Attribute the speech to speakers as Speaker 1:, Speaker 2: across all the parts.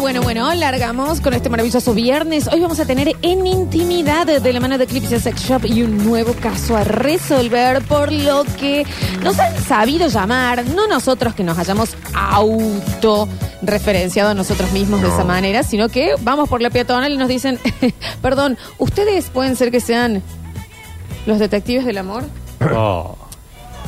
Speaker 1: bueno, bueno, largamos con este maravilloso viernes. Hoy vamos a tener en intimidad de la mano de Eclipse Sex Shop y un nuevo caso a resolver por lo que nos han sabido llamar, no nosotros que nos hayamos auto referenciado a nosotros mismos de
Speaker 2: No.
Speaker 1: esa manera, sino que vamos por la peatonal y nos dicen, perdón, ustedes pueden ser que sean los detectives del amor.
Speaker 3: Oh,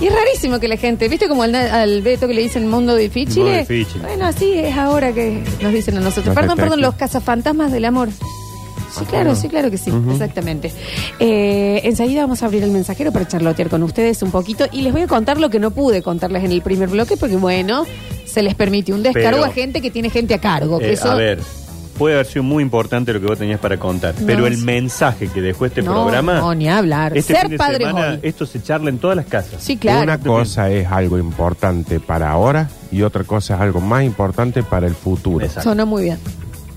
Speaker 1: Y es rarísimo que la gente, ¿viste como al, na- al Beto que le dicen mundo difícil?
Speaker 3: Mundo difícil.
Speaker 1: Bueno, así es ahora que nos dicen a nosotros.
Speaker 2: Los
Speaker 1: perdón, perdón,
Speaker 2: detectives.
Speaker 1: los cazafantasmas del amor. Sí, claro, sí, claro que sí, exactamente. Eh, enseguida vamos a abrir el mensajero para charlotear con ustedes un poquito y les voy a contar lo que no pude contarles en el primer bloque porque, bueno, se les permite un descargo
Speaker 3: Pero-
Speaker 1: a gente que tiene gente a cargo. que
Speaker 3: eh,
Speaker 1: eso,
Speaker 3: a ver, puede haber sido muy importante lo que vos tenías para contar,
Speaker 1: No,
Speaker 3: pero el
Speaker 1: sí.
Speaker 3: mensaje que dejó este
Speaker 1: no,
Speaker 3: programa,
Speaker 1: no, ni hablar.
Speaker 3: este fin
Speaker 1: Ser
Speaker 3: de
Speaker 1: padre
Speaker 3: semana,
Speaker 1: hoy.
Speaker 3: esto se charla en todas las casas.
Speaker 1: Sí, claro.
Speaker 2: Una cosa es algo importante para ahora y otra cosa es algo más importante para el futuro.
Speaker 3: Exacto.
Speaker 1: Sonó muy bien.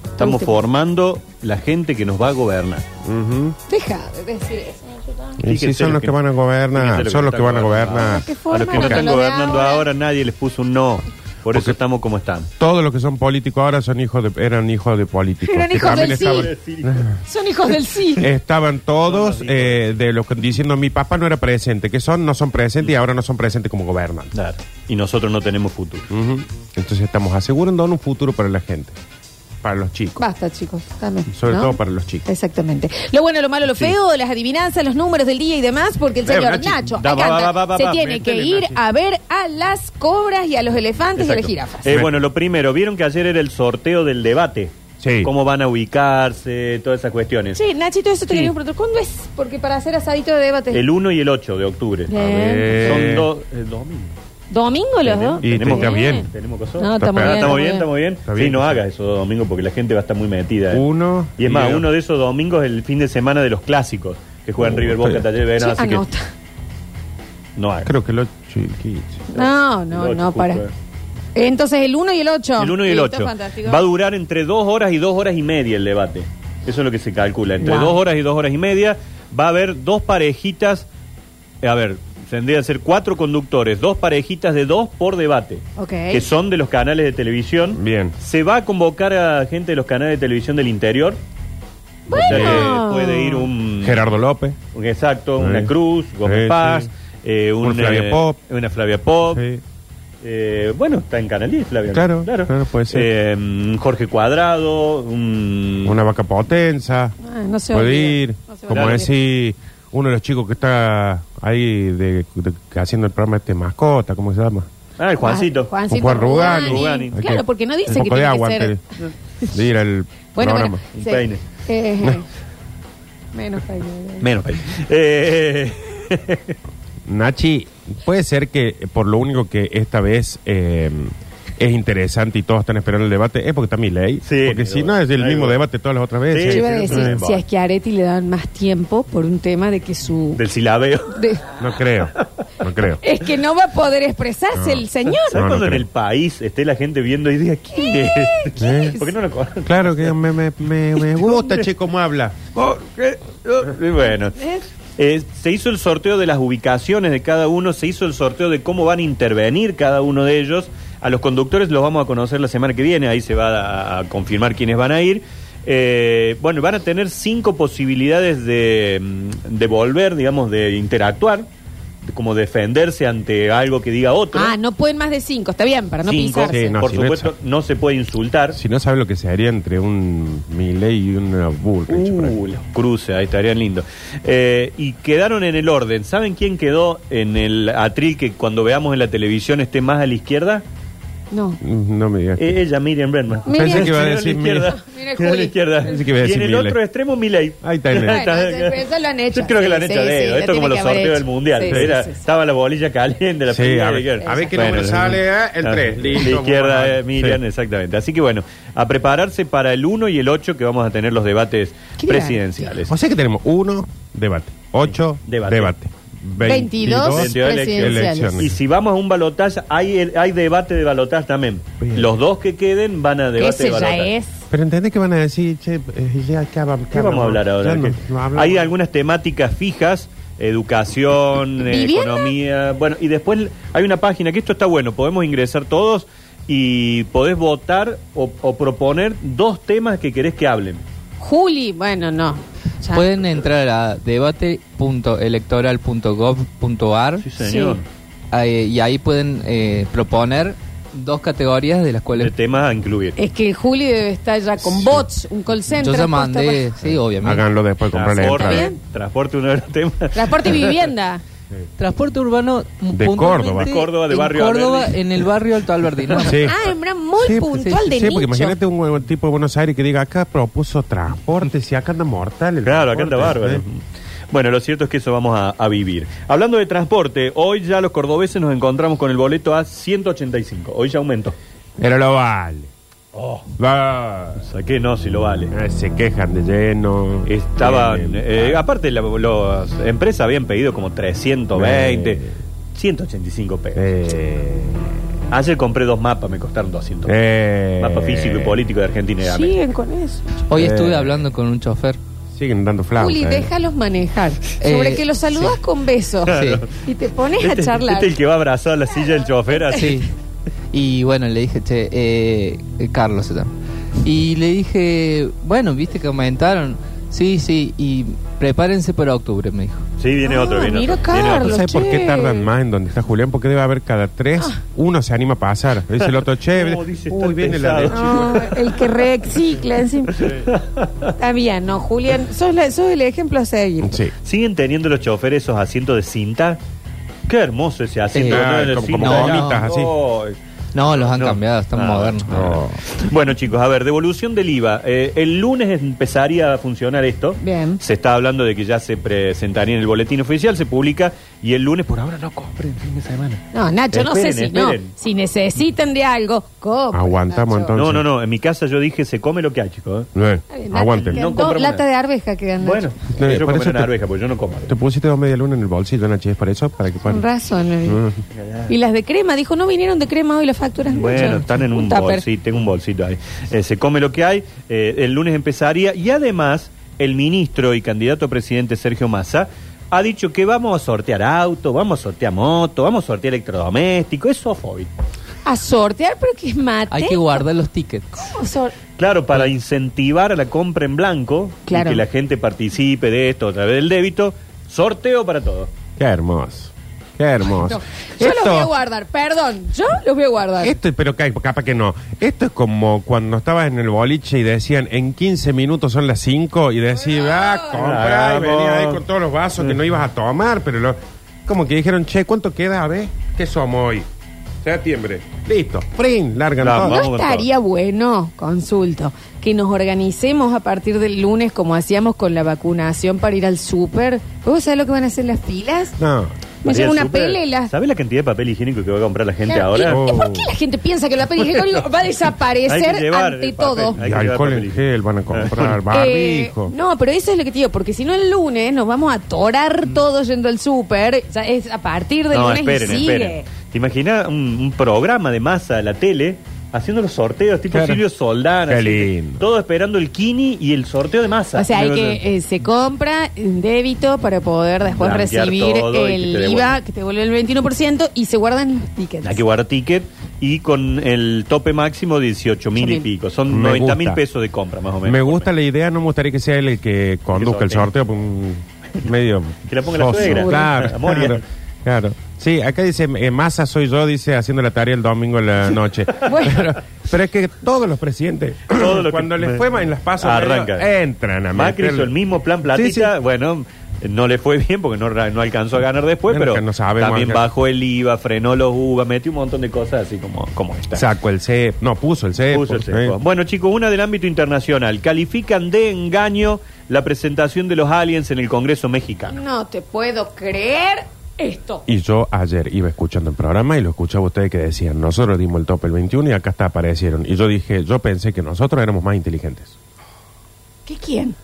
Speaker 3: Estamos
Speaker 1: Último.
Speaker 3: formando la gente que nos va a gobernar.
Speaker 2: Ujú.
Speaker 1: Deja de decir eso.
Speaker 2: Y si
Speaker 3: Fíjense
Speaker 2: son
Speaker 3: lo
Speaker 2: los
Speaker 3: que-
Speaker 2: que van a
Speaker 3: fíjense
Speaker 2: gobernar,
Speaker 3: lo
Speaker 2: son
Speaker 3: que
Speaker 2: los que van a
Speaker 3: están
Speaker 2: gobernar.
Speaker 1: gobernando.
Speaker 3: A los que
Speaker 1: Ah, Forman
Speaker 3: nos están
Speaker 1: lo de
Speaker 3: gobernando
Speaker 1: ahora.
Speaker 3: ahora nadie les puso un no. Por eso estamos como están.
Speaker 2: Todos los que son políticos ahora son hijos de, eran hijos de políticos.
Speaker 1: Eran
Speaker 2: que
Speaker 1: hijos
Speaker 2: también
Speaker 1: del sí.
Speaker 2: estaban,
Speaker 1: Son hijos del sí.
Speaker 2: estaban todos eh, de los que- diciendo mi papá no era presente, que son, no son presentes y ahora no son presentes como gobernan.
Speaker 3: Claro. Y nosotros no tenemos futuro.
Speaker 2: Ujú. Entonces estamos asegurando un futuro para la gente, para los chicos.
Speaker 1: Basta, chicos. También,
Speaker 2: Sobre
Speaker 1: ¿no?
Speaker 2: todo para los chicos.
Speaker 1: Exactamente. Lo bueno, lo malo, lo feo, las adivinanzas, los números del día y demás, porque el
Speaker 2: Eh,
Speaker 1: señor
Speaker 2: Nachi,
Speaker 1: Nacho
Speaker 3: da,
Speaker 1: acá
Speaker 3: va,
Speaker 1: anda,
Speaker 3: va, va, va,
Speaker 1: se
Speaker 3: va,
Speaker 1: tiene que
Speaker 3: métele,
Speaker 1: ir
Speaker 3: Nachi.
Speaker 1: a ver a las cobras y a los elefantes y a las
Speaker 3: Exacto.
Speaker 1: jirafas.
Speaker 3: Eh, bueno, lo primero, vieron que ayer era el sorteo del debate.
Speaker 2: Sí.
Speaker 3: Cómo van a ubicarse, todas esas cuestiones.
Speaker 1: Sí, Nachito, eso te quería preguntar. ¿Cuándo es? Porque para hacer asadito de debate.
Speaker 3: El 1 y el 8 de octubre.
Speaker 1: Bien.
Speaker 2: ver.
Speaker 3: Son dos. eh, domingo.
Speaker 1: ¿Domingo los dos?
Speaker 2: Y
Speaker 3: Tenemos-
Speaker 2: está bien.
Speaker 1: Bien.
Speaker 3: Tenemos cosas.
Speaker 1: No,
Speaker 2: Está
Speaker 1: estamos
Speaker 2: pegado.
Speaker 1: bien.
Speaker 3: Ah, estamos bien,
Speaker 1: estamos
Speaker 3: estamos bien.
Speaker 2: Está
Speaker 3: Sí,
Speaker 2: bien.
Speaker 3: no haga eso domingo porque la gente va a estar muy metida. ¿eh?
Speaker 2: Uno
Speaker 3: Y es más,
Speaker 2: y-
Speaker 3: uno de esos domingos es el fin de semana de los clásicos que juegan
Speaker 2: Uh,
Speaker 3: River
Speaker 2: está
Speaker 3: Boca,
Speaker 2: bien.
Speaker 3: Taller
Speaker 1: Sí,
Speaker 3: Verano. así que
Speaker 1: anota.
Speaker 3: no haga.
Speaker 2: Creo que lo chiquito.
Speaker 1: No, no,
Speaker 3: El ocho,
Speaker 1: no, para.
Speaker 3: justo,
Speaker 1: Entonces el 1 y el 8.
Speaker 3: El 1 y el
Speaker 1: Listo,
Speaker 3: 8.
Speaker 1: fantástico.
Speaker 3: Va a durar entre dos horas y dos horas y media el debate. Eso es lo que se calcula. Entre
Speaker 1: Wow.
Speaker 3: dos horas y dos horas y media va a haber dos parejitas. eh, A ver, tendría que ser cuatro conductores, dos parejitas de dos por debate.
Speaker 1: Ok.
Speaker 3: Que son de los canales de televisión.
Speaker 2: Bien.
Speaker 3: Se va a convocar a gente de los canales de televisión del interior. O sea
Speaker 1: Bueno.
Speaker 3: que puede ir un.
Speaker 2: Gerardo López.
Speaker 3: un- exacto,
Speaker 2: Sí.
Speaker 3: una Cruz, Gómez
Speaker 2: Sí,
Speaker 3: Paz.
Speaker 2: sí.
Speaker 3: eh, un,
Speaker 2: Una Flavia
Speaker 3: eh,
Speaker 2: Pop.
Speaker 3: Una Flavia Pop.
Speaker 2: Sí.
Speaker 3: Eh, bueno, está en Canal 10, Flavio.
Speaker 2: Claro, claro, puede ser.
Speaker 3: Eh, mm, Jorge Cuadrado, un...
Speaker 2: Una vaca potenza.
Speaker 1: Ah, no se
Speaker 2: puede
Speaker 1: olvide.
Speaker 2: ir.
Speaker 1: No se
Speaker 2: como
Speaker 3: olvide.
Speaker 2: decir, uno de los chicos que está ahí de, de- haciendo el programa este mascota, ¿cómo se llama?
Speaker 3: Ah, el Juancito.
Speaker 1: Juancito
Speaker 2: Juan Rugani.
Speaker 3: Rugani.
Speaker 1: Claro,
Speaker 2: Hay
Speaker 1: porque no dice
Speaker 2: un
Speaker 1: que
Speaker 2: poco
Speaker 1: tiene
Speaker 2: de
Speaker 1: que
Speaker 2: agua
Speaker 1: ser-
Speaker 2: antes de ir al
Speaker 1: Bueno,
Speaker 2: programa.
Speaker 1: bueno.
Speaker 3: Un
Speaker 1: sí.
Speaker 3: peine.
Speaker 1: Eh, menos peine.
Speaker 3: Menos peine. Eh,
Speaker 2: Nachi, puede ser que por lo único que esta vez eh, es interesante y todos están esperando el debate es porque está mi ley.
Speaker 3: Sí,
Speaker 2: porque
Speaker 3: pero
Speaker 2: si no es el
Speaker 3: bueno.
Speaker 2: mismo debate todas las otras veces.
Speaker 1: Yo iba a
Speaker 3: sí,
Speaker 1: decir,
Speaker 3: sí, sí.
Speaker 1: si es que a Areti le dan más tiempo por un tema de que su...
Speaker 3: del silabeo.
Speaker 1: de-
Speaker 2: No creo, no creo.
Speaker 1: es que no va a poder expresarse el señor.
Speaker 3: ¿Sabes
Speaker 2: no
Speaker 3: cuando en
Speaker 2: creo.
Speaker 3: el país esté la gente viendo y diga, ¿quién es?
Speaker 2: ¿Eh?
Speaker 3: ¿Por qué no lo conocen?
Speaker 2: Claro que me, me, me, me gusta, che, cómo habla.
Speaker 3: ¿Por qué? Y bueno. Eh, se hizo el sorteo de las ubicaciones de cada uno, se hizo el sorteo de cómo van a intervenir cada uno de ellos. A los conductores los vamos a conocer la semana que viene, ahí se va a, a confirmar quiénes van a ir. Eh, bueno, van a tener cinco posibilidades de, mm, de volver, digamos, de interactuar, de como defenderse ante algo que diga otro.
Speaker 1: Ah, no pueden más de cinco, está bien, para no
Speaker 3: Cinco,
Speaker 1: pisarse.
Speaker 2: sí, no.
Speaker 3: por
Speaker 2: si
Speaker 3: supuesto, no se puede insultar.
Speaker 2: Si no sabe lo que se haría entre un Milley y una Bullrich. por ejemplo.
Speaker 3: Uh, los cruces, ahí estarían lindos. Eh, y quedaron en el orden. ¿Saben quién quedó en el atril que cuando veamos en la televisión esté más a la izquierda?
Speaker 1: No.
Speaker 2: no me digas.
Speaker 3: Eh, ella, Miriam Brenman.
Speaker 1: Miriam. Pensé que
Speaker 2: iba
Speaker 3: Quedó
Speaker 2: a
Speaker 3: en
Speaker 2: decir
Speaker 3: la izquierda.
Speaker 1: Mira,
Speaker 3: Quedó en
Speaker 1: Juli.
Speaker 3: la izquierda.
Speaker 2: Pensé que iba a
Speaker 3: y en
Speaker 2: decir
Speaker 3: el
Speaker 2: Milei.
Speaker 3: otro extremo, Milei.
Speaker 2: Ahí está, Milei.
Speaker 1: Bueno, pero eso lo han hecho.
Speaker 3: Yo creo que lo han
Speaker 1: Sí,
Speaker 3: hecho a
Speaker 1: sí,
Speaker 3: dedo.
Speaker 1: sí, lo
Speaker 3: Esto es como
Speaker 1: tiene
Speaker 3: los
Speaker 1: que haber
Speaker 3: sorteos
Speaker 1: hecho.
Speaker 3: del mundial.
Speaker 1: Sí,
Speaker 3: Era-
Speaker 1: sí, sí, sí.
Speaker 3: Estaba la bolilla caliente, la
Speaker 2: Sí,
Speaker 3: primera
Speaker 2: a
Speaker 3: de
Speaker 2: ver-
Speaker 3: izquierda.
Speaker 2: a ver qué número sale, ¿eh? El
Speaker 3: ah,
Speaker 2: tres, listo,
Speaker 3: La izquierda,
Speaker 2: vamos a-
Speaker 3: eh, Miriam,
Speaker 2: sí.
Speaker 3: exactamente. Así que bueno, a prepararse para el 1 y el 8 que vamos a tener los debates
Speaker 1: Qué bien.
Speaker 3: presidenciales.
Speaker 2: O sea que tenemos uno, debate. Ocho,
Speaker 3: Debate.
Speaker 2: debate.
Speaker 1: 22,
Speaker 3: 22
Speaker 1: presidenciales.
Speaker 3: Y si vamos a un balotaje, hay, el- hay debate de balotaje también.
Speaker 2: Bien.
Speaker 3: Los dos que queden van a debate
Speaker 1: Ese
Speaker 3: de
Speaker 1: ya
Speaker 3: balotaje.
Speaker 1: es.
Speaker 2: Pero entendés que van a decir, che, eh, ya, ¿qué, hab- qué
Speaker 3: ¿Qué vamos a hablar ahora?
Speaker 2: Ya no-
Speaker 3: ¿Qué?
Speaker 2: no hablamos.
Speaker 3: hay algunas temáticas fijas, educación, eh,
Speaker 1: ¿Vivienda?
Speaker 3: economía. Bueno, y después hay una página que esto está bueno, podemos ingresar todos. y podés votar o, o proponer dos temas que querés que hablen.
Speaker 1: Juli, bueno, no. Ya.
Speaker 4: Pueden entrar a debate.electoral.gov.ar
Speaker 3: Sí, señor.
Speaker 4: eh, y ahí pueden eh, proponer dos categorías de las
Speaker 3: De
Speaker 4: cuales
Speaker 3: temas a incluir.
Speaker 1: Es que Juli debe estar ya con bots, un call center.
Speaker 4: yo ya
Speaker 1: posta-
Speaker 4: mandé, sí, obviamente.
Speaker 2: Háganlo después, comprar la
Speaker 1: Está
Speaker 2: entrada.
Speaker 1: bien.
Speaker 3: transporte uno de los temas.
Speaker 1: Transporte y vivienda.
Speaker 4: Transporte urbano
Speaker 2: De
Speaker 4: puntualmente,
Speaker 2: Córdoba.
Speaker 3: De Córdoba, de
Speaker 4: en
Speaker 3: barrio
Speaker 4: Córdoba,
Speaker 3: Alberdi.
Speaker 4: en el barrio Alto Albertino.
Speaker 2: Sí.
Speaker 1: Ah, es una muy
Speaker 2: Sí,
Speaker 1: puntual
Speaker 4: sí,
Speaker 1: de
Speaker 2: Sí, porque
Speaker 1: nicho.
Speaker 2: imagínate un, un tipo de Buenos Aires que diga, acá propuso transporte, si acá anda mortal. el
Speaker 3: Claro, acá anda
Speaker 2: transporte,
Speaker 3: bárbaro.
Speaker 2: ¿eh?
Speaker 3: Bueno, lo cierto es que eso vamos a, a vivir. Hablando de transporte, hoy ya los cordobeses nos encontramos con el boleto a 185. Hoy ya aumentó.
Speaker 2: Pero lo vale.
Speaker 3: Oh,
Speaker 2: Va.
Speaker 3: saqué no si lo vale.
Speaker 2: Eh, Se quejan de lleno.
Speaker 3: Estaban.
Speaker 2: Tienen-
Speaker 3: eh, aparte, la- las empresas habían pedido como 320,
Speaker 2: Eh.
Speaker 3: 185 pesos.
Speaker 2: Eh,
Speaker 3: Ayer compré dos mapas, me costaron 200 pesos.
Speaker 2: eh,
Speaker 3: Mapa físico y político de Argentina y de América.
Speaker 1: Siguen con eso.
Speaker 4: Hoy
Speaker 2: Eh.
Speaker 4: estuve hablando con un chofer.
Speaker 2: Siguen dando flauta.
Speaker 1: Juli,
Speaker 2: eh.
Speaker 1: déjalos manejar. Sobre
Speaker 4: Eh,
Speaker 1: que los saludas
Speaker 4: sí.
Speaker 1: con besos.
Speaker 4: Sí.
Speaker 1: Y te pones
Speaker 3: Este,
Speaker 1: a charlar.
Speaker 3: este es el que va abrazado a la silla del chofer así.
Speaker 4: Sí. Y bueno, le dije, che, eh, eh, Carlos se llama. Y le dije, bueno, viste que aumentaron. Sí, sí, y prepárense para octubre, me dijo.
Speaker 3: Sí, viene
Speaker 1: Ah,
Speaker 3: otro, viene
Speaker 1: mira,
Speaker 3: otro. viene otro.
Speaker 2: ¿No ¿Sabes por
Speaker 1: che. Ah.
Speaker 2: qué tardan más en donde está Julián? Porque debe haber cada tres, uno se anima a pasar. Dice el otro, che,
Speaker 3: No, dice, está
Speaker 2: uy, viene la
Speaker 3: pesado.
Speaker 2: leche.
Speaker 1: No, el que recicla encima. Está bien, no, Julián. Sos, la- sos el ejemplo a seguir.
Speaker 2: Sí.
Speaker 3: ¿Siguen teniendo los choferes esos asientos de cinta? Qué hermoso ese asiento.
Speaker 4: Eh,
Speaker 3: ¿no?
Speaker 2: ah,
Speaker 3: De
Speaker 2: como-
Speaker 3: cinta.
Speaker 4: como gomitas,
Speaker 2: así.
Speaker 3: Ay.
Speaker 4: No, los han
Speaker 3: No.
Speaker 4: cambiado, están
Speaker 3: Ah,
Speaker 4: modernos.
Speaker 2: No.
Speaker 3: Bueno, chicos, a ver, devolución del IVA. Eh, el lunes empezaría a funcionar esto.
Speaker 1: Bien.
Speaker 3: Se está hablando de que ya se presentaría en el boletín oficial, se publica y el lunes por ahora no compren fin de semana.
Speaker 1: No, Nacho, no sé si
Speaker 3: Esperen, esperen.
Speaker 1: no. Si necesitan de algo, compren,
Speaker 2: Aguantamos
Speaker 1: Nacho.
Speaker 2: entonces.
Speaker 3: No, no, no. En mi casa yo dije se come lo que hay, chicos. ¿eh?
Speaker 2: Eh,
Speaker 1: Está bien, Nacho,
Speaker 2: aguanten.
Speaker 1: quedan
Speaker 3: No
Speaker 1: dos
Speaker 3: compramos
Speaker 1: latas
Speaker 3: nada.
Speaker 1: de arveja que dan
Speaker 3: Bueno, yo
Speaker 2: No, eh, por
Speaker 3: comeré
Speaker 2: eso
Speaker 3: una
Speaker 2: te-
Speaker 3: arveja, porque yo no como.
Speaker 2: Te pusiste dos media luna en el bolsillo, Nachi, ¿es para eso? ¿Para que Mm.
Speaker 1: Con razón. eh. Y las de crema, dijo, no vinieron de crema hoy las facturas.
Speaker 3: Bueno,
Speaker 1: Nacho.
Speaker 3: están en un,
Speaker 1: tupper.
Speaker 3: bolsito, tengo un bolsito ahí. Eh, se come lo que hay, eh, el lunes empezaría y además el ministro y candidato a presidente Sergio Massa ha dicho que vamos a sortear auto, vamos a sortear moto, vamos a sortear electrodoméstico, es sofobi.
Speaker 1: A sortear, pero que es mate.
Speaker 4: Hay que guardar los tickets.
Speaker 1: O sor-
Speaker 3: Claro, para incentivar a la compra en blanco
Speaker 1: Claro.
Speaker 3: y que la gente participe de esto a través del débito, sorteo para todos.
Speaker 2: Qué hermoso. Qué
Speaker 1: No,
Speaker 2: hermoso.
Speaker 1: Yo los voy a
Speaker 2: Esto,
Speaker 1: guardar, perdón. Yo los voy a guardar.
Speaker 2: esto, pero ca- capaz que no. Esto es como cuando estabas en el boliche y decían en 15 minutos son las 5 y decías, ah, compra y
Speaker 3: Vamos.
Speaker 2: venía ahí con todos los vasos que no ibas a tomar, pero lo- como que dijeron, che, ¿cuánto queda? A ver, ¿qué somos hoy? Septiembre. Listo. Prin, largan
Speaker 3: Ah, Vamos.
Speaker 2: todo.
Speaker 1: ¿No
Speaker 3: con
Speaker 1: estaría bueno, consulto, que nos organicemos a partir del lunes como hacíamos con la vacunación para ir al súper? ¿Vos sabés lo que van a hacer las filas?
Speaker 2: No.
Speaker 1: Me
Speaker 3: María
Speaker 1: llevo una
Speaker 3: Super,
Speaker 1: pelela.
Speaker 3: ¿Sabés la cantidad de papel higiénico que va a comprar la gente
Speaker 1: Claro,
Speaker 3: ahora?
Speaker 1: ¿y-
Speaker 2: Oh.
Speaker 1: ¿Por qué la gente piensa que la papel higiénico va a
Speaker 3: Hay
Speaker 1: desaparecer
Speaker 3: que llevar
Speaker 1: ante
Speaker 3: el papel.
Speaker 1: todo?
Speaker 3: Hay
Speaker 2: Y
Speaker 3: que llevar
Speaker 2: alcohol en
Speaker 3: papel.
Speaker 2: gel van a
Speaker 1: Eh,
Speaker 2: comprar, barbijo.
Speaker 1: no, pero eso es lo que te digo, porque si no el lunes nos vamos a atorar todos yendo al súper. Ya es a partir del
Speaker 3: Mm. No,
Speaker 1: lunes
Speaker 3: esperen,
Speaker 1: y sigue.
Speaker 3: esperen. ¿Te imaginas un, un programa de masa de la tele haciendo los sorteos tipo
Speaker 2: Claro.
Speaker 3: Silvio Soldán?
Speaker 2: Qué
Speaker 3: así,
Speaker 2: lindo.
Speaker 3: Todo esperando el Kini y el sorteo de masa.
Speaker 1: O sea, hay que eh, se compra en débito para poder después
Speaker 3: Blanquear
Speaker 1: recibir eh,
Speaker 3: todo y que te
Speaker 1: el
Speaker 3: devuelvan. Ah,
Speaker 1: IVA que te vuelve el 21% y se guardan los tickets.
Speaker 3: Hay que guardar ticket y con el tope máximo 18 mil y
Speaker 1: 18.000.
Speaker 3: pico. Son
Speaker 2: Me
Speaker 3: 90 mil
Speaker 2: gusta.
Speaker 3: pesos de compra más o menos.
Speaker 2: Me gusta la idea, no me gustaría que sea él el que conduzca el sorteo. pues, un medio.
Speaker 3: Que la ponga la
Speaker 2: soso.
Speaker 3: suegra. La
Speaker 2: Claro,
Speaker 3: Moria.
Speaker 2: claro, claro. Sí, acá dice, eh, masa soy yo, dice, haciendo la tarea el domingo en la noche.
Speaker 1: Bueno.
Speaker 2: pero, pero es que todos los presidentes,
Speaker 3: Todo lo que-
Speaker 2: cuando les fue mal en las pasas,
Speaker 3: Arranca.
Speaker 2: medio, entran a
Speaker 3: Macri
Speaker 2: meterle.
Speaker 3: hizo el mismo plan platita.
Speaker 2: Sí,
Speaker 3: Bueno, no le fue bien porque no, ra- no alcanzó a ganar después,
Speaker 2: Bueno,
Speaker 3: pero
Speaker 2: que no sabemos
Speaker 3: también
Speaker 2: acá.
Speaker 3: bajó el IVA, frenó los UVA, metió un montón de cosas así como, como esta.
Speaker 2: Sacó el cepo, no, puso el cepo.
Speaker 3: Puso el
Speaker 2: eh.
Speaker 3: cepo. Bueno, chicos, una del ámbito internacional. Califican de engaño la presentación de los aliens en el Congreso mexicano.
Speaker 1: No te puedo creer esto.
Speaker 2: Y yo ayer iba escuchando el programa y lo escuchaba ustedes que decían, nosotros dimos el tope el 21 y acá hasta aparecieron. Y yo dije, yo pensé que nosotros éramos más inteligentes
Speaker 1: ¿Qué quién?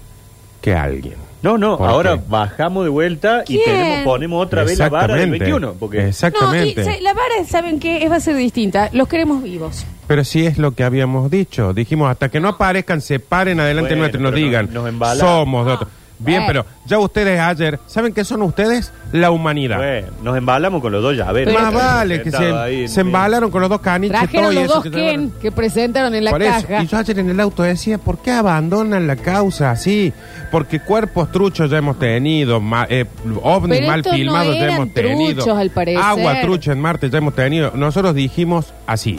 Speaker 2: que alguien.
Speaker 3: No, no,
Speaker 2: ¿Por
Speaker 3: ahora
Speaker 2: qué?
Speaker 3: bajamos de vuelta y
Speaker 1: ¿Quién?
Speaker 3: tenemos, ponemos otra vez la vara del
Speaker 2: Exactamente.
Speaker 3: 21. Porque
Speaker 2: Exactamente.
Speaker 1: No, y se- la vara, ¿saben qué? Es, va a ser distinta. Los queremos vivos.
Speaker 2: Pero sí es lo que habíamos dicho. Dijimos, hasta que no aparezcan, se paren adelante
Speaker 3: Bueno,
Speaker 2: nuestro y nos
Speaker 3: pero
Speaker 2: digan,
Speaker 3: nos- nos embalamos.
Speaker 2: somos de otro. Bien,
Speaker 1: Eh.
Speaker 2: pero ya ustedes ayer, ¿saben qué son ustedes? La humanidad.
Speaker 3: Bueno, nos embalamos con los dos llaveros.
Speaker 2: Más vale que se,
Speaker 3: Estaba ahí,
Speaker 2: se embalaron con los dos caniches.
Speaker 1: Trajeron
Speaker 2: todo y
Speaker 1: los
Speaker 2: eso
Speaker 1: dos
Speaker 2: que
Speaker 1: Ken que presentaron en la
Speaker 2: Por eso.
Speaker 1: caja.
Speaker 2: Y yo ayer en el auto decía, ¿por qué abandonan la causa así? Porque cuerpos truchos ya hemos tenido, ma, eh, ovnis
Speaker 1: Pero
Speaker 2: mal
Speaker 1: estos no
Speaker 2: filmados ya
Speaker 1: eran
Speaker 2: hemos tenido,
Speaker 1: truchos, al parecer.
Speaker 2: agua trucha en Marte ya hemos tenido. Nosotros dijimos así.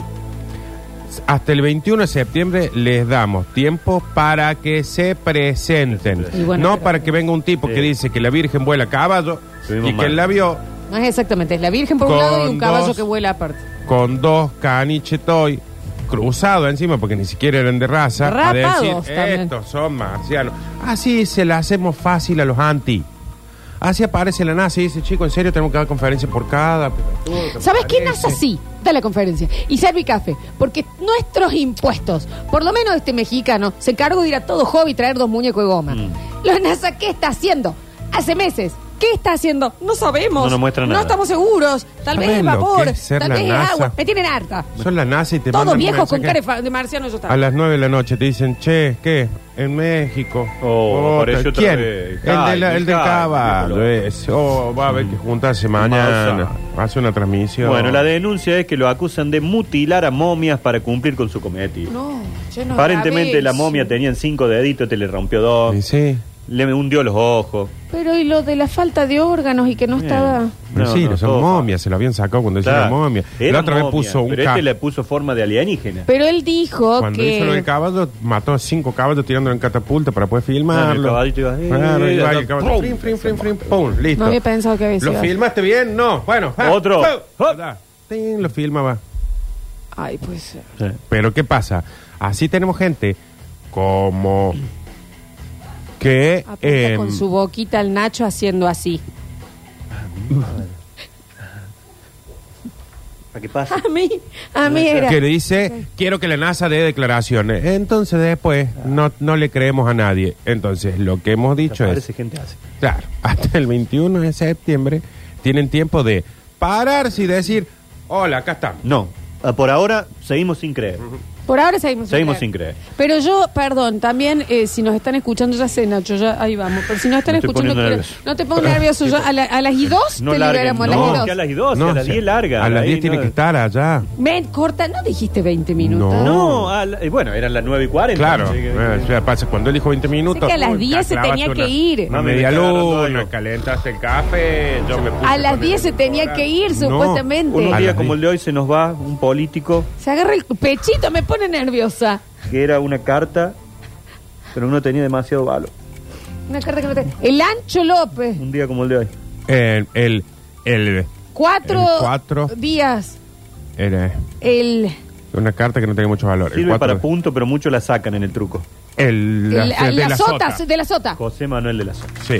Speaker 2: Hasta el 21 de septiembre les damos tiempo para que se presenten.
Speaker 1: Y bueno,
Speaker 2: no
Speaker 1: pero-
Speaker 2: para que venga un tipo que
Speaker 3: Sí.
Speaker 2: dice que la Virgen vuela a caballo
Speaker 3: Estuvimos
Speaker 2: y que
Speaker 3: mal.
Speaker 2: él la vio
Speaker 1: No es exactamente, es la Virgen por un
Speaker 2: Con
Speaker 1: lado y un caballo
Speaker 2: dos.
Speaker 1: que vuela aparte.
Speaker 2: con dos canichetoy cruzados encima porque ni siquiera eran de raza
Speaker 1: Rapados
Speaker 2: a decir
Speaker 1: también.
Speaker 2: estos son marcianos así se la hacemos fácil a los anti así aparece la NASA y dice chico en serio tenemos que dar conferencia por cada prefectura,
Speaker 1: ¿Sabes qué
Speaker 2: aparece.
Speaker 1: NASA sí? Da la conferencia. Y Servi Café. Porque nuestros impuestos, por lo menos este mexicano, se encargó de ir a todo hobby y traer dos muñecos de goma.
Speaker 3: Mm.
Speaker 1: Los NASA, ¿qué está haciendo? Hace meses. ¿Qué está haciendo? No sabemos.
Speaker 3: No nos muestra
Speaker 1: No
Speaker 3: nada.
Speaker 1: estamos seguros. Tal vez es
Speaker 2: ¿Saben lo
Speaker 1: vapor.
Speaker 2: que es ser
Speaker 1: tal
Speaker 2: la
Speaker 1: vez es
Speaker 2: NASA?
Speaker 1: agua. Me tienen harta.
Speaker 2: son la NASA y te
Speaker 1: Todos
Speaker 2: mandan un
Speaker 1: viejos con
Speaker 2: mensaje
Speaker 1: cara de fa- de marciano yo estaba.
Speaker 2: a las 9 de la noche te dicen che ¿qué? en México
Speaker 3: Oh,
Speaker 2: Otra.
Speaker 3: apareció otra
Speaker 2: ¿quién?
Speaker 3: vez.
Speaker 2: el de, la-
Speaker 3: Ay,
Speaker 2: el de
Speaker 3: ay,
Speaker 2: Caballo
Speaker 3: qué
Speaker 2: ese. oh, va a haber que juntarse mañana hace una transmisión
Speaker 3: Bueno, la denuncia es que lo acusan de mutilar a momias para cumplir con su cometido.
Speaker 1: No, yo no
Speaker 3: Aparentemente
Speaker 1: grabé
Speaker 3: la
Speaker 1: eso.
Speaker 3: momia tenía cinco deditos, te le rompió dos,
Speaker 2: Y sí
Speaker 3: le hundió los ojos. Eh,
Speaker 1: Pero y lo de la falta de órganos y que no estaba.
Speaker 2: No, sí, no, son
Speaker 3: todo
Speaker 2: momias, se lo habían sacado cuando
Speaker 3: Claro.
Speaker 2: decían momia.
Speaker 3: Era
Speaker 2: la otra
Speaker 3: momia,
Speaker 2: vez puso un
Speaker 3: Pero
Speaker 2: ca-
Speaker 3: este le puso forma de alienígena.
Speaker 1: Pero él dijo
Speaker 2: Cuando
Speaker 1: que.
Speaker 2: hizo lo del caballo, mató a cinco caballos tirándolo en catapulta para poder
Speaker 3: Ah, el
Speaker 2: filmarlo.
Speaker 3: caballito iba, eh,
Speaker 2: Claro,
Speaker 3: eh,
Speaker 2: iba
Speaker 3: eh,
Speaker 2: el caballo.
Speaker 3: pum.
Speaker 2: Frim, frim, frim, frim, pum, listo.
Speaker 1: no había pensado que había
Speaker 2: ¿Lo
Speaker 1: sido.
Speaker 2: filmaste bien? No. Bueno. ah,
Speaker 3: Otro.
Speaker 2: ah,
Speaker 3: Ah.
Speaker 2: da. Tin, Lo filmaba.
Speaker 1: Ay, pues. eh.
Speaker 3: Sí.
Speaker 2: Pero ¿qué pasa? Así tenemos gente como que
Speaker 1: Apunta
Speaker 3: Em,
Speaker 2: eh,
Speaker 1: con su boquita al Nacho haciendo así.
Speaker 3: ¿Para qué pasa?
Speaker 1: A mí, a mí era.
Speaker 2: que dice quiero que la NASA dé declaraciones. Entonces después no, no le creemos a nadie. Entonces lo que hemos dicho es
Speaker 3: Parece gente hace.
Speaker 2: Claro, hasta el 21 de septiembre tienen tiempo de pararse y decir, hola, acá estamos.
Speaker 3: No, ah, por ahora seguimos sin creer.
Speaker 1: Por ahora seguimos sin
Speaker 3: Seguimos
Speaker 1: creer.
Speaker 3: sin creer.
Speaker 1: Pero yo, perdón, también eh, si nos están escuchando, ya sé, Nacho, ya ahí vamos. Pero si nos están
Speaker 3: Me estoy
Speaker 1: escuchando,
Speaker 3: poniendo
Speaker 1: quiero-
Speaker 3: nervioso.
Speaker 1: no te pongas nervioso. Yo a, la- a las y dos
Speaker 3: No
Speaker 1: te
Speaker 3: larguen,
Speaker 1: liberamos,
Speaker 3: no,
Speaker 1: a
Speaker 3: que a
Speaker 1: las
Speaker 3: las
Speaker 1: y dos.
Speaker 3: y dos, que a las
Speaker 2: o sea,
Speaker 3: 10 larga.
Speaker 2: A las
Speaker 3: ahí
Speaker 2: 10 tiene
Speaker 3: no-
Speaker 2: que estar allá.
Speaker 1: Men, corta, no dijiste 20 minutos.
Speaker 2: No.
Speaker 3: No, a la- eh, bueno, eran las 9 y 40.
Speaker 2: Uh. Claro,
Speaker 3: así que-
Speaker 2: eh, o sea, pasa cuando él dijo 20 minutos.
Speaker 1: Sé que a las
Speaker 2: uy,
Speaker 1: 10 se
Speaker 2: clavaste
Speaker 1: tenía que
Speaker 2: una-
Speaker 1: ir.
Speaker 2: Una
Speaker 3: No, me
Speaker 2: media
Speaker 3: quedaron dos,
Speaker 2: luna,
Speaker 3: yo.
Speaker 2: calentaste el café, yo me puse
Speaker 1: A las
Speaker 2: con
Speaker 1: 10 se
Speaker 2: el
Speaker 1: tenía que ir,
Speaker 2: No.
Speaker 1: supuestamente.
Speaker 3: Unos
Speaker 2: A
Speaker 3: días
Speaker 2: las
Speaker 3: como
Speaker 2: diez.
Speaker 3: el de hoy se nos va un político
Speaker 1: Se agarra el pechito, me pone nerviosa.
Speaker 3: que era una carta, pero no tenía demasiado valor.
Speaker 1: Una carta que no te... El Ancho López,
Speaker 3: Un día como el de hoy.
Speaker 2: Eh, el, el,
Speaker 1: cuatro,
Speaker 2: El cuatro.
Speaker 1: días.
Speaker 2: el, eh,
Speaker 1: El,
Speaker 2: una carta que no tenía mucho valor.
Speaker 3: Sirve
Speaker 2: el cuatro-
Speaker 3: para punto, pero muchos la sacan en el truco.
Speaker 2: El,
Speaker 1: el-
Speaker 2: la, de
Speaker 1: la
Speaker 2: la
Speaker 1: sota,
Speaker 2: sota.
Speaker 1: de la sota.
Speaker 3: José Manuel de la Sosa.
Speaker 2: Sí.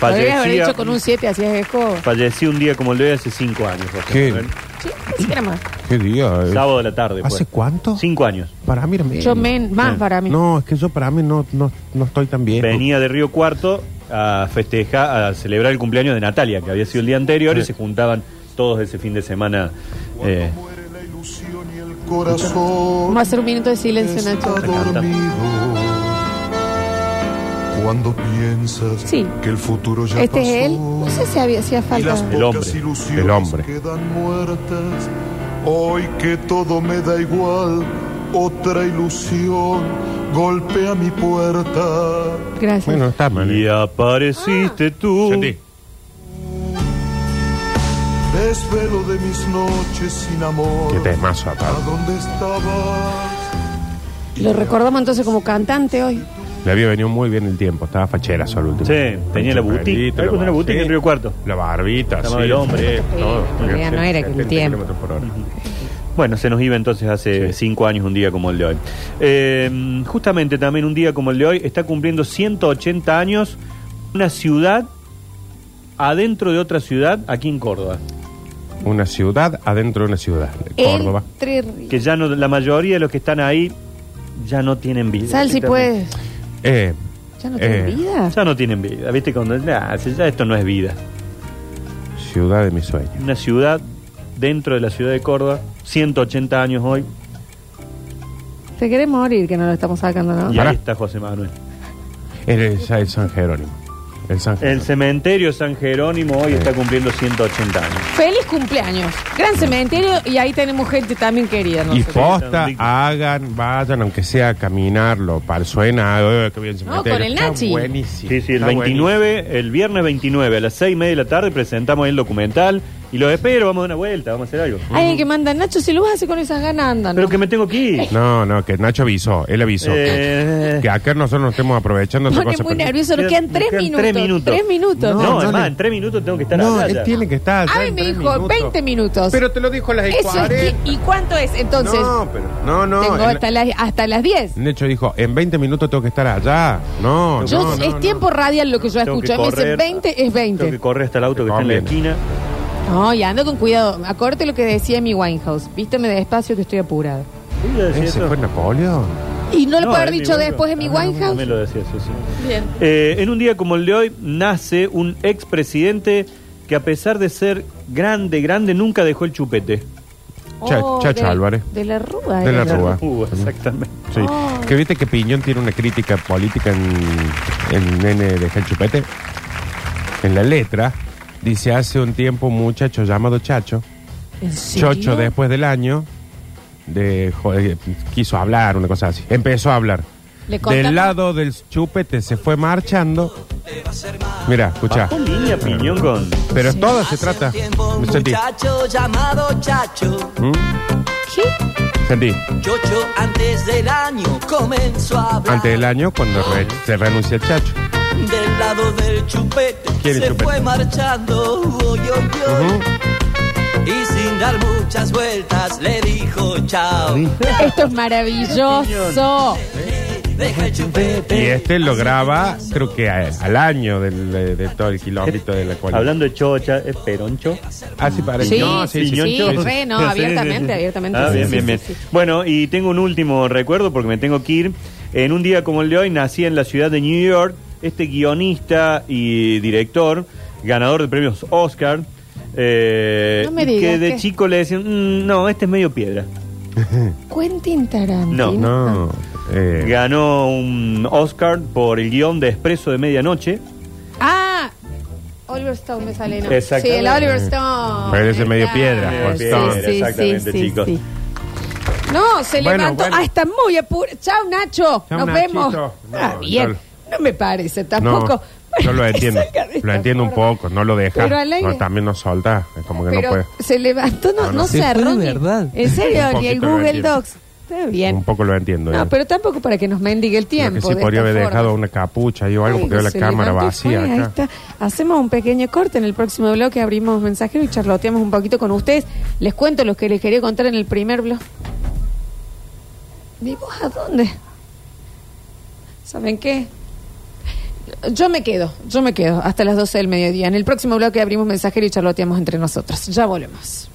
Speaker 1: Podrías haber
Speaker 3: Fallecía,
Speaker 1: hecho con un 7, así es escoba.
Speaker 3: falleció un día como el de hoy hace 5 años. José
Speaker 2: ¿Qué?
Speaker 3: Manuel.
Speaker 1: Sí, sí, era más.
Speaker 2: ¿Qué día? eh.
Speaker 3: Sábado de la tarde.
Speaker 2: ¿Hace cuánto?
Speaker 3: 5 años.
Speaker 2: Para mí era
Speaker 1: Yo
Speaker 2: menos.
Speaker 1: men, más
Speaker 3: Eh,
Speaker 1: para mí.
Speaker 2: No, es que yo para mí no, no, no estoy tan bien.
Speaker 3: Venía de Río Cuarto a festejar, a celebrar el cumpleaños de Natalia, que había sido el día anterior, y se juntaban todos ese fin de semana. eh,
Speaker 5: Muere la ilusión y el corazón
Speaker 1: Vamos a hacer un minuto de silencio,
Speaker 5: está
Speaker 1: Nacho.
Speaker 5: dormido. Cuando piensas
Speaker 1: Sí.
Speaker 5: que el futuro ya
Speaker 1: Este es él.
Speaker 5: pasó
Speaker 1: No sé si había, hacía
Speaker 5: y
Speaker 1: falta.
Speaker 5: las
Speaker 3: El
Speaker 5: pocas
Speaker 3: hombre.
Speaker 5: ilusiones
Speaker 2: El hombre.
Speaker 5: quedan muertas. Hoy que todo me da igual, otra ilusión golpea mi puerta.
Speaker 1: Gracias.
Speaker 2: Bueno, está Uh. mal.
Speaker 3: y apareciste tú.
Speaker 2: Sentí.
Speaker 5: Desvelo de mis noches sin amor.
Speaker 2: Qué temazo,
Speaker 5: ¿A
Speaker 2: aparte.
Speaker 5: dónde estabas?
Speaker 1: Lo recordamos entonces como cantante hoy.
Speaker 2: Le había venido muy bien el tiempo. Estaba fachera solo último.
Speaker 3: Sí, tenía la boutique. Ahí puso una boutique en Río Cuarto.
Speaker 2: La barbita,
Speaker 3: Estaba
Speaker 2: sí.
Speaker 3: el hombre.
Speaker 2: sí,
Speaker 1: Sí,
Speaker 2: todo.
Speaker 1: todavía no era que el
Speaker 2: 70
Speaker 1: tiempo.
Speaker 2: kilómetros por hora.
Speaker 3: Bueno, se nos iba entonces hace cinco años un día como el de hoy. Eh, justamente también un día como el de hoy está cumpliendo 180 años una ciudad adentro de otra ciudad aquí en Córdoba,
Speaker 2: Una ciudad adentro de una ciudad. Córdoba.
Speaker 1: Entre ríos.
Speaker 3: que ya no, la mayoría de los que están ahí ya no tienen vida.
Speaker 1: Sal si puedes.
Speaker 2: Eh,
Speaker 1: Ya no tiene
Speaker 2: Eh.
Speaker 1: vida.
Speaker 3: Ya no tienen vida, viste cuando nah, si ya esto no es vida.
Speaker 2: ciudad de mis sueños.
Speaker 3: Una ciudad dentro de la ciudad de Córdoba, 180 años hoy
Speaker 1: Te querés morir que no lo estamos sacando, ¿no?
Speaker 3: y
Speaker 2: Pará.
Speaker 3: ahí está José Manuel.
Speaker 2: Eres ya el San Jerónimo. El San Jerónimo.
Speaker 3: El cementerio San Jerónimo hoy está cumpliendo 180 años.
Speaker 1: Feliz cumpleaños. Gran cementerio y ahí tenemos gente también querida.
Speaker 2: Y
Speaker 1: nosotros.
Speaker 2: posta,
Speaker 3: Sí,
Speaker 2: hagan, vayan, aunque sea a caminarlo, para suena, eh, qué bien se
Speaker 1: No,
Speaker 2: mete.
Speaker 1: con el
Speaker 2: Está
Speaker 1: Nachi.
Speaker 2: buenísimo,
Speaker 3: Sí, sí, el
Speaker 2: está
Speaker 3: 29, el viernes 29 a las 6 y media de la tarde presentamos el documental y los espero, vamos a dar una vuelta, vamos a hacer algo.
Speaker 1: Hay alguien que manda, Nacho, si lo vas a hacer con esas ganas, andan.
Speaker 3: Pero que me tengo que ir.
Speaker 2: buenísimo. No, no, que Nacho avisó, él avisó.
Speaker 3: Eh,
Speaker 2: que- Que acá nosotros nos estemos aprovechando
Speaker 1: Me
Speaker 2: otra
Speaker 1: pone
Speaker 2: cosa.
Speaker 1: muy
Speaker 2: pero-
Speaker 1: nervioso, nos quedan tres
Speaker 3: quedan
Speaker 1: minutos.
Speaker 3: tres minutos.
Speaker 1: Tres minutos.
Speaker 3: No,
Speaker 2: No, no
Speaker 3: además,
Speaker 2: le-
Speaker 3: en tres minutos tengo que estar
Speaker 2: No,
Speaker 3: allá
Speaker 2: él
Speaker 3: ya.
Speaker 2: tiene que estar. allá
Speaker 1: Ay,
Speaker 2: en
Speaker 1: me
Speaker 2: tres
Speaker 1: dijo, 20 minutos.
Speaker 2: Pero te lo dijo a las
Speaker 1: Eso es
Speaker 2: 40.
Speaker 1: que- ¿Y cuánto es entonces?
Speaker 2: no, pero, no, no.
Speaker 1: Tengo
Speaker 2: en-
Speaker 1: hasta, las, hasta las 10.
Speaker 2: Nacho dijo, en 20 minutos tengo que estar allá. No,
Speaker 1: Yo,
Speaker 2: no, no,
Speaker 1: es
Speaker 2: no.
Speaker 1: tiempo radial lo que yo
Speaker 3: Tengo que
Speaker 1: escucho. Me dicen
Speaker 3: correr.
Speaker 1: 20 es
Speaker 3: Tengo que
Speaker 1: 20.
Speaker 3: correr hasta el auto que está en la esquina.
Speaker 1: No, y ando con cuidado. Acuérdate lo que decía mi Winehouse. Vísteme despacio que estoy apurada.
Speaker 3: Sí, ya decía
Speaker 2: ¿Ese
Speaker 3: eso.
Speaker 2: fue Napoleón?
Speaker 1: Y no lo puedo haber
Speaker 3: Amy
Speaker 1: dicho
Speaker 3: Winehouse.
Speaker 1: después de mi
Speaker 3: Ah, me
Speaker 1: Winehouse.
Speaker 3: lo decía, sí, sí.
Speaker 1: Bien.
Speaker 3: Eh, en un día como el de hoy nace un expresidente que a pesar de ser grande, grande, nunca dejó el chupete.
Speaker 2: Cha-
Speaker 1: Oh,
Speaker 2: Chacho
Speaker 1: de-
Speaker 2: Álvarez.
Speaker 1: De la Rúa. ¿eh?
Speaker 2: De la
Speaker 1: era.
Speaker 2: Rúa.
Speaker 3: Uh, exactamente.
Speaker 2: Sí.
Speaker 1: Oh.
Speaker 2: Que viste que Piñón tiene una crítica política en, en Nene de Gel Chupete. En la letra dice hace un tiempo un muchacho llamado Chacho,
Speaker 1: ¿En serio?
Speaker 2: Chocho después del año, de, jo- eh, quiso hablar, una cosa así. Empezó a hablar.
Speaker 1: Le contamos.
Speaker 2: Del lado del chupete se fue marchando. Mira, escucha.
Speaker 3: Bajó línea piñón con...
Speaker 2: Pero todo se
Speaker 6: Hace
Speaker 2: trata.
Speaker 6: un tiempo un
Speaker 2: Sentí.
Speaker 6: muchacho llamado Chacho,
Speaker 2: ¿Mm?
Speaker 1: ¿Qué?
Speaker 2: Sentí.
Speaker 6: Chocho antes del año comenzó a hablar.
Speaker 2: Antes del año, cuando re- se renuncia el Chacho.
Speaker 6: Del lado del chupete
Speaker 2: ¿Quién
Speaker 6: se
Speaker 2: es chupete? Uh-huh.
Speaker 6: fue marchando, uy, uy, uy.
Speaker 2: Ujú.
Speaker 6: Y sin dar muchas vueltas le dijo chao.
Speaker 1: Esto es maravilloso.
Speaker 6: Deja el chupete.
Speaker 2: Y este lo graba, creo que a- al año del- de, de todo el kilómetro de la cual.
Speaker 3: Hablando de chocha, es peroncho.
Speaker 2: Ah, sí, para
Speaker 1: Sí,
Speaker 2: No,
Speaker 1: sí, sí,
Speaker 3: Piñoncho.
Speaker 1: re, no, abiertamente, abiertamente,
Speaker 3: Ah,
Speaker 1: sí,
Speaker 3: bien,
Speaker 1: sí,
Speaker 3: bien,
Speaker 1: sí,
Speaker 3: bien.
Speaker 1: sí.
Speaker 3: Bueno, y tengo un último recuerdo porque me tengo que ir. En un día como el de hoy nací en la ciudad de New York este guionista y director, ganador de premios Oscar, eh,
Speaker 1: No me
Speaker 3: que
Speaker 1: digas
Speaker 3: de
Speaker 1: que-
Speaker 3: chico le decían, "Mm, no, este es medio piedra.
Speaker 1: Quentin Tarantino.
Speaker 2: No, eh,
Speaker 3: Ganó un Oscar por el guión de Expreso de Medianoche.
Speaker 1: Ah, Oliver Stone me sale, ¿no? Sí,
Speaker 3: Exactamente.
Speaker 1: el Oliver Stone.
Speaker 2: Parece medio
Speaker 1: Ah,
Speaker 2: piedra,
Speaker 3: Oliver
Speaker 1: sí,
Speaker 3: Stone.
Speaker 1: sí, sí,
Speaker 3: Exactamente,
Speaker 1: sí,
Speaker 3: chicos.
Speaker 1: sí. No, se
Speaker 2: Bueno,
Speaker 1: levantó.
Speaker 2: bueno.
Speaker 1: Ah, está muy apurado. Chao, Nacho.
Speaker 2: Chao,
Speaker 1: Nos
Speaker 2: Nachito.
Speaker 1: vemos.
Speaker 2: No,
Speaker 1: ah, bien.
Speaker 2: yo-
Speaker 1: No me parece
Speaker 2: no,
Speaker 1: tampoco.
Speaker 2: yo lo
Speaker 1: Que
Speaker 2: entiendo.
Speaker 1: salga de
Speaker 2: Lo
Speaker 1: esta
Speaker 2: entiendo un
Speaker 1: forma.
Speaker 2: poco, no lo deja.
Speaker 1: Pero al aire.
Speaker 2: No, también no solta, es como que no
Speaker 1: Pero
Speaker 2: puede.
Speaker 1: se levantó, no,
Speaker 2: No,
Speaker 1: no,
Speaker 2: no.
Speaker 4: Se fue
Speaker 1: cerró.
Speaker 4: de
Speaker 1: ni-
Speaker 4: verdad.
Speaker 1: En
Speaker 2: Un
Speaker 1: serio, ni el
Speaker 2: poquito lo
Speaker 1: Google
Speaker 2: entiendo.
Speaker 1: Docs. Está bien.
Speaker 2: Un poco lo entiendo.
Speaker 1: No,
Speaker 2: digamos.
Speaker 1: pero tampoco para que nos mendigue el
Speaker 2: Lo
Speaker 1: tiempo.
Speaker 2: que sí
Speaker 1: de
Speaker 2: podría
Speaker 1: esta
Speaker 2: haber
Speaker 1: forma.
Speaker 2: dejado una capucha y o algo,
Speaker 1: Ay,
Speaker 2: porque veo
Speaker 1: no
Speaker 2: la
Speaker 1: se
Speaker 2: cámara
Speaker 1: levantó y fue,
Speaker 2: vacía
Speaker 1: ahí
Speaker 2: acá.
Speaker 1: está. Hacemos un pequeño corte en el próximo bloque, abrimos mensajeros y charloteamos un poquito con ustedes. Les cuento los que les quería contar en el primer bloque. ¿De vos a dónde? ¿Saben qué? Yo me quedo, yo me quedo hasta las 12 del mediodía. En el próximo bloque abrimos mensajero y charloteamos entre nosotros. Ya volvemos.